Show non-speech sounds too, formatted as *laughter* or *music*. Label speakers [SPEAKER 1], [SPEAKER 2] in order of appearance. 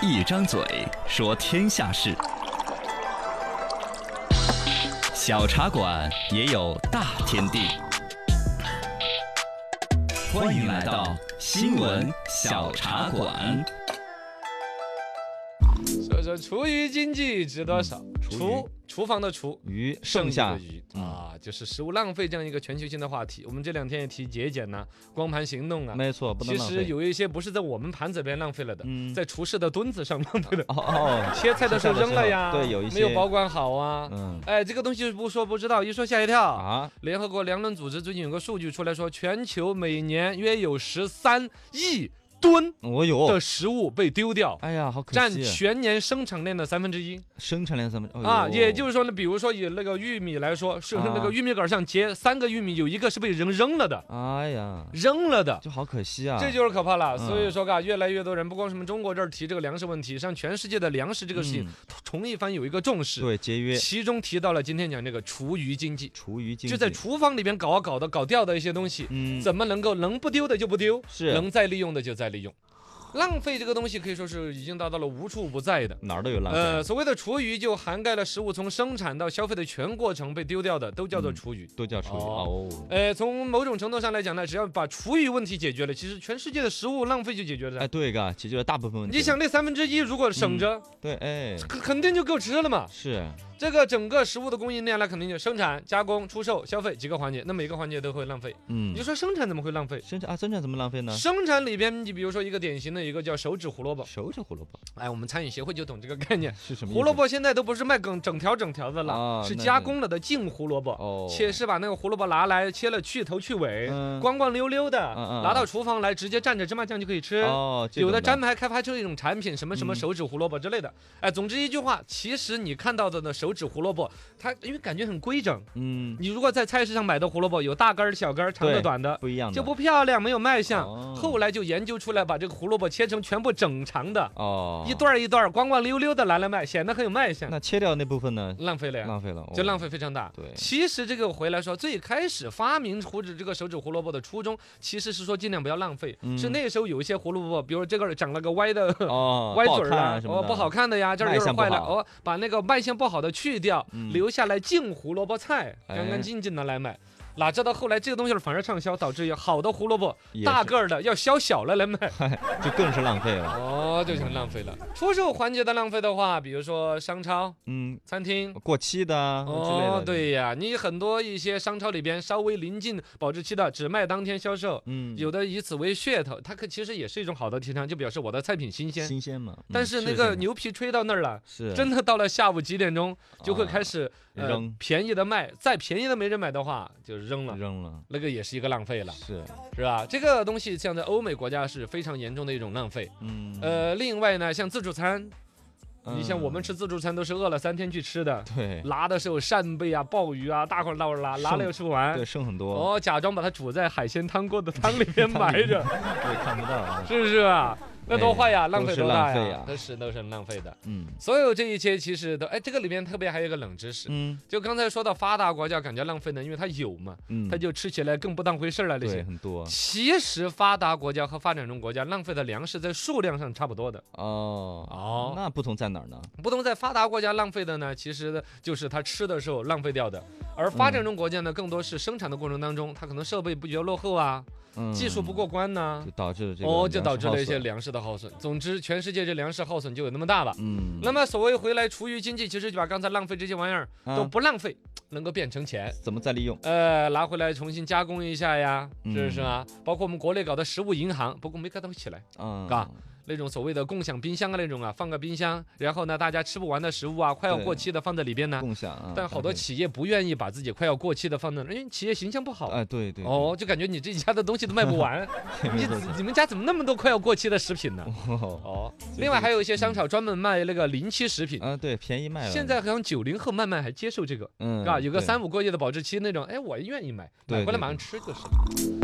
[SPEAKER 1] 一张嘴说天下事，小茶馆也有大天地。欢迎来到新闻小茶馆。
[SPEAKER 2] 所以说，厨余经济值多少？
[SPEAKER 3] 嗯
[SPEAKER 2] 厨厨房的厨，
[SPEAKER 3] 鱼嗯
[SPEAKER 2] 剩
[SPEAKER 3] 剩
[SPEAKER 2] 下
[SPEAKER 3] 下嗯
[SPEAKER 2] 的鱼啊，就是食物浪费这样一个全球性的话题。我们这两天也提节俭呐、光盘行动啊，
[SPEAKER 3] 没错，不能
[SPEAKER 2] 其
[SPEAKER 3] 浪
[SPEAKER 2] 实
[SPEAKER 3] 费。
[SPEAKER 2] 有一些不是在我们盘子边浪费了的，
[SPEAKER 3] 嗯
[SPEAKER 2] 在厨师的墩子上浪费了。
[SPEAKER 3] 哦哦，
[SPEAKER 2] 切菜的时候扔了呀，
[SPEAKER 3] 对有一些
[SPEAKER 2] 没有保管好 *laughs* 啊。
[SPEAKER 3] 嗯
[SPEAKER 2] 哎，这个东西不说不知道，一说吓一跳。
[SPEAKER 3] 啊，
[SPEAKER 2] 联合国粮农组织最近有个数据出来说，全球每年约有十三亿吨
[SPEAKER 3] 我
[SPEAKER 2] 的
[SPEAKER 3] 有。
[SPEAKER 2] 食物被丢掉，
[SPEAKER 3] 哎呀，好可
[SPEAKER 2] 占
[SPEAKER 3] 惜，
[SPEAKER 2] 全年生产量的三分之一
[SPEAKER 3] 生产量三分
[SPEAKER 2] 啊。也就是是说呢，比如说以那个玉米来说，是
[SPEAKER 3] 哎啊
[SPEAKER 2] 那个玉米杆上结三个玉米，有一个是被人扔了的，
[SPEAKER 3] 哎呀，
[SPEAKER 2] 扔了的。
[SPEAKER 3] 就好可惜啊。
[SPEAKER 2] 这就是可怕了，
[SPEAKER 3] 嗯
[SPEAKER 2] 所以说啊嘎，越来越多人不光是我们中国这儿提这个粮食问题，上全世界的粮食
[SPEAKER 3] 这
[SPEAKER 2] 这个事情，从一番有一个重视，
[SPEAKER 3] 嗯对节约
[SPEAKER 2] 其中提到了今天讲这个厨余经济，
[SPEAKER 3] 厨余经济，
[SPEAKER 2] 就在厨房里边搞啊搞的搞掉的一些东西，
[SPEAKER 3] 嗯
[SPEAKER 2] 怎么能够能不丢的就不丢，
[SPEAKER 3] 是
[SPEAKER 2] 能再利用的就再利用。浪费这个东西可以说是已经达到了无处不在的。
[SPEAKER 3] 哪儿都有浪
[SPEAKER 2] 呃，
[SPEAKER 3] 费，
[SPEAKER 2] 所谓的厨余就涵盖了食物从生产到消费的全过程被丢掉的，都叫做
[SPEAKER 3] 嗯
[SPEAKER 2] 厨余。
[SPEAKER 3] 都叫厨余
[SPEAKER 2] 哦
[SPEAKER 3] 哦。
[SPEAKER 2] 呃，从某种程度上来讲呢，只要把厨余问题解决了，其实全世界的食物浪费就解决了
[SPEAKER 3] 哎，
[SPEAKER 2] 噻。
[SPEAKER 3] 对嘎，解决了大部分问题。
[SPEAKER 2] 你想那三分之一如果省着，
[SPEAKER 3] 对，哎，
[SPEAKER 2] 肯肯定就够吃了嘛。
[SPEAKER 3] 是
[SPEAKER 2] 这个整个食物的供应链呢，肯定就生产、加工、出售、消费几个环节，那每个环节都会浪费。
[SPEAKER 3] 嗯
[SPEAKER 2] 你就，说生产怎么会浪费？
[SPEAKER 3] 生产啊，生产怎么浪费呢？
[SPEAKER 2] 生产里边，你比如说一个典型的一个叫手指胡萝卜，
[SPEAKER 3] 手指胡萝卜
[SPEAKER 2] 哎，我们餐饮协会就懂这个概念。
[SPEAKER 3] 是什么意思？
[SPEAKER 2] 胡萝卜现在都不是卖梗整条整条的了，
[SPEAKER 3] 嗯啊
[SPEAKER 2] 是
[SPEAKER 3] 那
[SPEAKER 2] 加
[SPEAKER 3] 是
[SPEAKER 2] 工了的净胡萝卜，
[SPEAKER 3] 哦，
[SPEAKER 2] 切是把那个胡萝卜拿来切了去头去尾，
[SPEAKER 3] 嗯
[SPEAKER 2] 光光溜溜的，
[SPEAKER 3] 嗯嗯
[SPEAKER 2] 拿到
[SPEAKER 3] 嗯
[SPEAKER 2] 厨房来直接蘸着芝麻酱就可以吃。
[SPEAKER 3] 哦，这
[SPEAKER 2] 有的
[SPEAKER 3] 种
[SPEAKER 2] 专门还开发出一种产品，什么什么
[SPEAKER 3] 嗯
[SPEAKER 2] 手指胡萝卜之类的。哎，总之一句话，其实你看到的呢，手指胡萝卜，它因为感觉很规整。
[SPEAKER 3] 嗯
[SPEAKER 2] 你如果在菜市场买的胡萝卜，有大根儿、小根儿、长的、
[SPEAKER 3] 对
[SPEAKER 2] 短的，
[SPEAKER 3] 不一样的，
[SPEAKER 2] 就不漂亮，没有卖相。
[SPEAKER 3] 哦
[SPEAKER 2] 后来就研究出来，把这个胡萝卜切成全部整长的，
[SPEAKER 3] 哦
[SPEAKER 2] 一段儿一段儿光光溜溜的拿来卖，显得很有卖相，
[SPEAKER 3] 那切掉那部分呢？
[SPEAKER 2] 浪费了呀，
[SPEAKER 3] 浪费了，
[SPEAKER 2] 就浪
[SPEAKER 3] 费。
[SPEAKER 2] 费非常大。
[SPEAKER 3] 哦对，
[SPEAKER 2] 其实这个回来说，最开始发明胡指这个手指胡萝卜的初衷，其实是说尽量不要浪费。
[SPEAKER 3] 嗯
[SPEAKER 2] 是那时候有一些胡萝卜，比如这个长了个歪的、 *laughs*
[SPEAKER 3] 哦，
[SPEAKER 2] 歪
[SPEAKER 3] 不好
[SPEAKER 2] 嘴儿
[SPEAKER 3] 看
[SPEAKER 2] 啦
[SPEAKER 3] 啊，什么
[SPEAKER 2] 哦
[SPEAKER 3] 的，
[SPEAKER 2] 不好看的呀，这儿有
[SPEAKER 3] 卖
[SPEAKER 2] 点
[SPEAKER 3] 相不
[SPEAKER 2] 坏了，
[SPEAKER 3] 好
[SPEAKER 2] 哦把那个卖相不好的去掉，
[SPEAKER 3] 嗯
[SPEAKER 2] 留下来净胡萝卜菜，
[SPEAKER 3] 哎
[SPEAKER 2] 干干净净的来买。哪知道后来这个东西儿反而畅销，导致有好的胡萝卜
[SPEAKER 3] 也
[SPEAKER 2] 大
[SPEAKER 3] 是
[SPEAKER 2] 个儿的要削小了来卖。
[SPEAKER 3] 就更是浪费
[SPEAKER 2] *laughs*
[SPEAKER 3] 了。
[SPEAKER 2] 哦，就很浪费了。出售环节的浪费的话，比如说商超、
[SPEAKER 3] 嗯，
[SPEAKER 2] 餐厅。
[SPEAKER 3] 过期的啊之类
[SPEAKER 2] 哦
[SPEAKER 3] 的，，，
[SPEAKER 2] 对呀，你很多一些商超里边稍微临近保质期的，只卖当天销售，
[SPEAKER 3] 嗯，
[SPEAKER 2] 有的以此为噱头，它可其实也是一种好的提倡，就表示我的菜品新鲜。
[SPEAKER 3] 新鲜嘛。嗯
[SPEAKER 2] 但是那个
[SPEAKER 3] 新鲜
[SPEAKER 2] 牛皮吹到那儿了，
[SPEAKER 3] 是
[SPEAKER 2] *laughs* 真的到了下午几点钟就会
[SPEAKER 3] 啊
[SPEAKER 2] 开始呃
[SPEAKER 3] 扔
[SPEAKER 2] 便宜的卖，再便宜的没人买的话就扔了，
[SPEAKER 3] 扔了，
[SPEAKER 2] 那个也是一个浪费了，
[SPEAKER 3] 是，
[SPEAKER 2] 是吧？这个东西像在欧美国家是非常严重的一种浪费。
[SPEAKER 3] 嗯，
[SPEAKER 2] 呃，另外呢，像自助餐，你像我们
[SPEAKER 3] 嗯
[SPEAKER 2] 吃自助餐都是饿了三天去吃的，
[SPEAKER 3] 对
[SPEAKER 2] 拿的时候扇贝啊、鲍鱼啊，大块儿大块儿拿，拿了
[SPEAKER 3] 剩
[SPEAKER 2] 又吃不完
[SPEAKER 3] 对，，剩很多，
[SPEAKER 2] 哦，假装把它煮在海鲜汤锅的汤里边埋着，
[SPEAKER 3] *laughs* 对，看不到啊，
[SPEAKER 2] 是不是啊？那多坏呀，
[SPEAKER 3] 哎
[SPEAKER 2] 浪费
[SPEAKER 3] 都是
[SPEAKER 2] 多大
[SPEAKER 3] 浪费
[SPEAKER 2] 呀
[SPEAKER 3] 呀，
[SPEAKER 2] 都是都是很浪费的。 *laughs*
[SPEAKER 3] 嗯
[SPEAKER 2] 所有这一切其实都，哎，这个里面特别还有一个冷知识，
[SPEAKER 3] 嗯
[SPEAKER 2] 就刚才说到发达国家感觉浪费呢，因为它有嘛，
[SPEAKER 3] 嗯，
[SPEAKER 2] 它就吃起来更不当回事儿了那
[SPEAKER 3] 对
[SPEAKER 2] 些。
[SPEAKER 3] 很多
[SPEAKER 2] 其实发达国家和发展中国家浪费的粮食在数量上差不多的
[SPEAKER 3] 哦。
[SPEAKER 2] 哦
[SPEAKER 3] 那不同在哪儿呢？
[SPEAKER 2] 不同在发达国家浪费的呢，其实就是他吃的时候浪费掉的，而
[SPEAKER 3] 嗯
[SPEAKER 2] 发展中国家呢，更多是生产的过程当中，它可能设备不觉落后啊，
[SPEAKER 3] 嗯，
[SPEAKER 2] 技术不过关呐、
[SPEAKER 3] 就导致了这个
[SPEAKER 2] 哦，
[SPEAKER 3] 粮
[SPEAKER 2] 就
[SPEAKER 3] 食
[SPEAKER 2] 导致了一些
[SPEAKER 3] 耗损，
[SPEAKER 2] 粮食的耗损。总之，全世界这粮食耗损就有那么大了。
[SPEAKER 3] 嗯，
[SPEAKER 2] 那么所谓回来厨余经济，其实就把刚才浪费这些玩意儿
[SPEAKER 3] 啊
[SPEAKER 2] 都不浪费，能够变成钱。
[SPEAKER 3] 怎么再利用？
[SPEAKER 2] 呃，拿回来重新加工一下呀，
[SPEAKER 3] 嗯
[SPEAKER 2] 是不是啊？包括我们国内搞的食物银行，不过没搞到起来。
[SPEAKER 3] 嗯，
[SPEAKER 2] 嘎那种所谓的共享冰箱啊那种啊，放个冰箱，然后呢，大家吃不完的食物啊，快要
[SPEAKER 3] 对
[SPEAKER 2] 过期的放在里边呢。
[SPEAKER 3] 共享啊，
[SPEAKER 2] 但好多企业不愿意把自己快要过期的放在那儿，因为企业形象不好。
[SPEAKER 3] 哎，对对，
[SPEAKER 2] 哦，就感觉你这一家的东西都卖
[SPEAKER 3] *laughs*
[SPEAKER 2] 不完，
[SPEAKER 3] 对，
[SPEAKER 2] 你
[SPEAKER 3] 没错
[SPEAKER 2] 你们家怎么那么多快要过期的食品呢？
[SPEAKER 3] *laughs* 哦
[SPEAKER 2] 哦，另外还有一些商场专门卖那个临期食品，
[SPEAKER 3] 啊，对，便宜卖了。
[SPEAKER 2] 现在好像九零后慢慢还接受这个，
[SPEAKER 3] 嗯
[SPEAKER 2] 啊，有个
[SPEAKER 3] 对
[SPEAKER 2] 三五个月的保质期那种，哎，我愿意买，
[SPEAKER 3] 对
[SPEAKER 2] 买回来
[SPEAKER 3] 对
[SPEAKER 2] 马上吃就是。